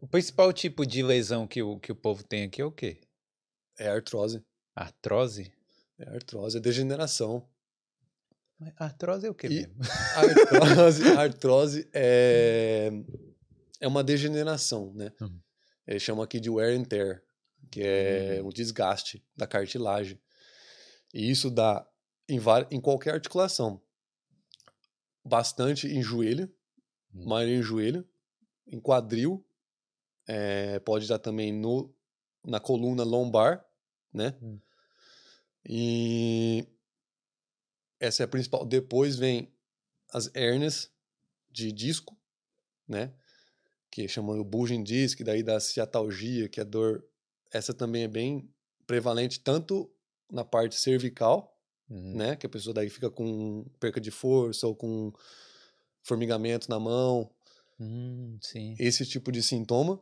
O principal tipo de lesão que o, que o povo tem aqui é o quê? É artrose. Artrose? É artrose, é degeneração. Mas Artrose é o quê E- mesmo? Artrose, artrose é, é uma degeneração, né? Hum. Eles chamam aqui de wear and tear, que é um desgaste da cartilagem. E isso dá em, va- em qualquer articulação. Bastante em joelho, Hum. maioria em joelho, em quadril, é, pode dar também no, na coluna lombar, né? Hum. E essa é a principal. Depois vem as hérnias de disco, né? Que chamam o bulging disc, daí da ciatalgia, que é dor. Essa também é bem prevalente tanto na parte cervical, Uhum. né? Que a pessoa daí fica com perca de força ou com formigamento na mão, Hum, sim. esse tipo de sintoma.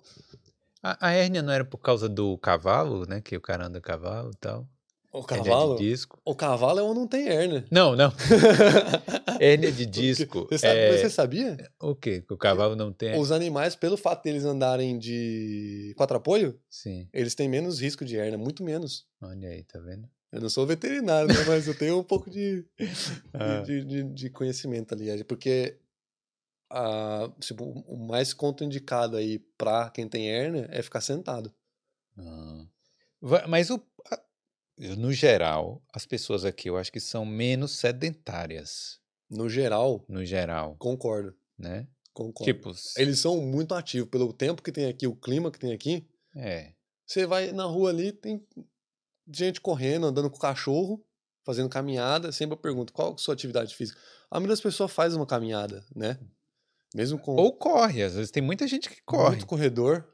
A, a hérnia não era por causa do cavalo, né? Que o cara anda a cavalo e tal. O Hérnia cavalo, de disco. o cavalo é onde não tem hérnia. Não, não. Hérnia de disco. Você, sabe- é... você sabia? O quê? Que o cavalo não tem. Os animais, pelo fato deles andarem de quatro apoio, Sim. eles têm menos risco de hérnia, muito menos. Olha aí, tá vendo? Eu não sou veterinário, né? Mas eu tenho um pouco de, de- Ah. de, de- de conhecimento ali. Porque a, tipo, o mais contraindicado aí pra quem tem hérnia é ficar sentado. Ah. Va- Mas o, a- no geral, as pessoas aqui eu acho que são menos sedentárias. No geral, No geral, concordo. né? Concordo. Tipo, s- Eles são muito ativos. Pelo tempo que tem aqui, o clima que tem aqui, é. você vai na rua ali, tem gente correndo, andando com cachorro, fazendo caminhada. Sempre eu pergunto, qual que é a sua atividade física? A maioria das pessoas faz uma caminhada, né? Mesmo com Ou corre, às vezes tem muita gente que corre. muito corredor,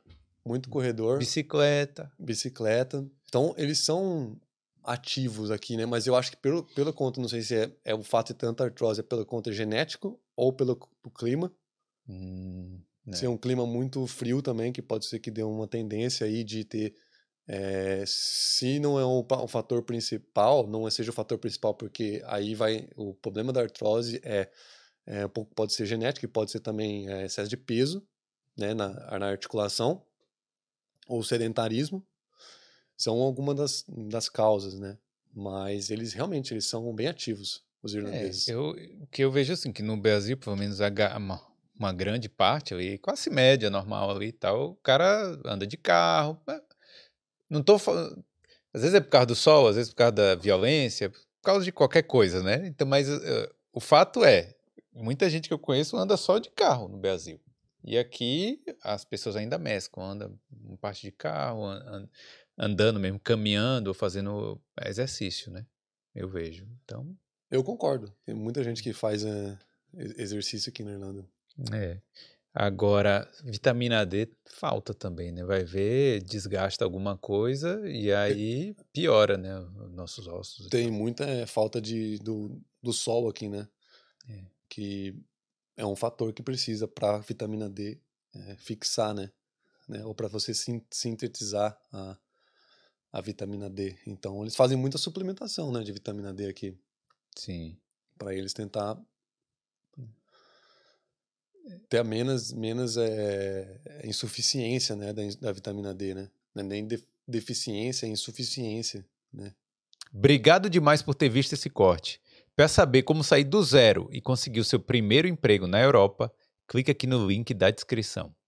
muito corredor. Bicicleta. bicicleta. Então, eles são ativos aqui, né? Mas eu acho que pelo, pelo conta, não sei se é, é o fato de tanta artrose, é pelo conta genético ou pelo c- o clima. Hum, né? Se é um clima muito frio também, que pode ser que dê uma tendência aí de ter... é, se não é o, pa- o fator principal, não é- seja o fator principal, porque aí vai... O problema da artrose é, é um pouco, pode ser genético e pode ser também é, excesso de peso, né? Na, na articulação ou sedentarismo são algumas das, das causas, né? Mas eles realmente eles são bem ativos, os É, irlandeses. eu, o que eu vejo assim, que no Brasil, pelo menos a, ga- uma, uma grande parte ali, classe média normal ali e tal, o cara anda de carro. mas Não tô falando. Às vezes é por causa do sol, às vezes por causa da violência, por causa de qualquer coisa, né? Então, mas eh, o fato é, muita gente que eu conheço anda só de carro no Brasil. E aqui as pessoas ainda mesclam, anda uma parte de carro, an- an- andando mesmo, caminhando ou fazendo exercício, né? Eu vejo. Então, Eu concordo. Tem muita Hum. gente que faz eh, ex- exercício aqui na Irlanda. É. Agora, vitamina D falta também, né? Vai ver, desgasta alguma coisa e aí piora, né? Os nossos ossos. e Tem muita eh, falta de, do, do sol aqui, né? É. Que é um fator que precisa para vitamina D eh, fixar, né? né? Ou para você sin- sintetizar a, a vitamina D. Então eles fazem muita suplementação, né, de vitamina D aqui tal. Sim. para eles tentar ter a menos, menos é, insuficiência né, da, in- da vitamina D, né? Não é nem de- deficiência, é insuficiência. Obrigado demais por ter visto esse corte. Para saber como sair do zero e conseguir o seu primeiro emprego na Europa, clique aqui no link da descrição.